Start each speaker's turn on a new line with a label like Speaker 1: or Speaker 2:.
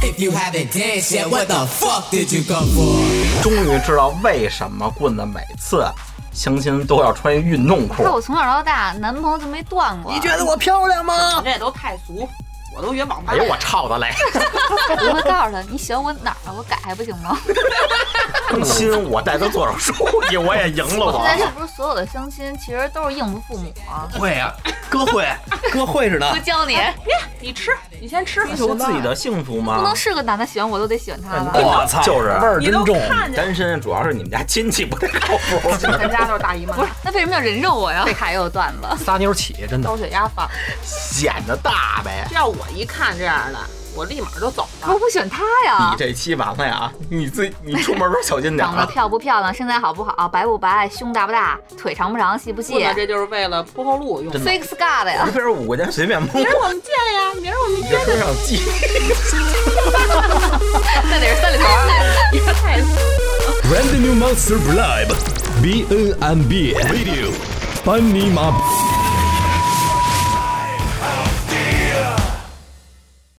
Speaker 1: been dead shit. What the fuck did you come for?
Speaker 2: 终于知道为什么棍子每次相亲都要穿运动裤
Speaker 3: 可。我从小到大男朋友就没断过。
Speaker 2: 你觉得我漂亮吗？
Speaker 4: 你这都太俗，我都约网吧。
Speaker 2: 哎呦，我操 的嘞！
Speaker 3: 我会告诉他，你选我哪儿了，啊我改还不行吗？
Speaker 2: 更新我带他做手术去， 我也赢了
Speaker 3: 现在是
Speaker 2: 我。
Speaker 3: 不是所有的相亲其实都是应付父母啊？
Speaker 5: 会啊，哥 会，哥会着呢
Speaker 3: 我。教你，
Speaker 4: 你吃，你先吃。
Speaker 2: 追求自己的幸福
Speaker 3: 不
Speaker 2: 吗
Speaker 3: 能？是个男的喜欢我都得喜欢
Speaker 2: 嗯
Speaker 3: 他吧？
Speaker 5: 我操，
Speaker 2: 就是
Speaker 5: 味儿
Speaker 4: 你
Speaker 5: 真
Speaker 4: 都
Speaker 5: 重。
Speaker 4: 看见，
Speaker 2: 单身主要是你们家亲戚不太靠 谱。
Speaker 4: 咱家都是大姨妈
Speaker 3: 不，是，那为什么要人肉我呀？这还有段子，
Speaker 5: 仨妞起，真的
Speaker 4: 高血压犯。
Speaker 2: 显得大呗。
Speaker 4: 这要我一看这样的，我立马就走
Speaker 3: 我
Speaker 4: 了。
Speaker 3: 不选他呀
Speaker 2: 你。这期完了呀！你自己你出门都小心点
Speaker 3: 长得
Speaker 2: 啊！
Speaker 3: 漂不漂亮，身材好不好，白不白，胸大不大，腿长不长，细不细
Speaker 4: 棍子这就是为了铺后路用的。
Speaker 3: ，fix god 呀
Speaker 2: 一！边五块钱随便摸，
Speaker 4: 明儿我们见呀，明儿我们
Speaker 2: 你
Speaker 4: 约
Speaker 2: 这身上系。
Speaker 3: 那得是三里啊屯儿。
Speaker 4: 别 太
Speaker 6: Brand new monster live. BNMB Radio. Bunny Mob.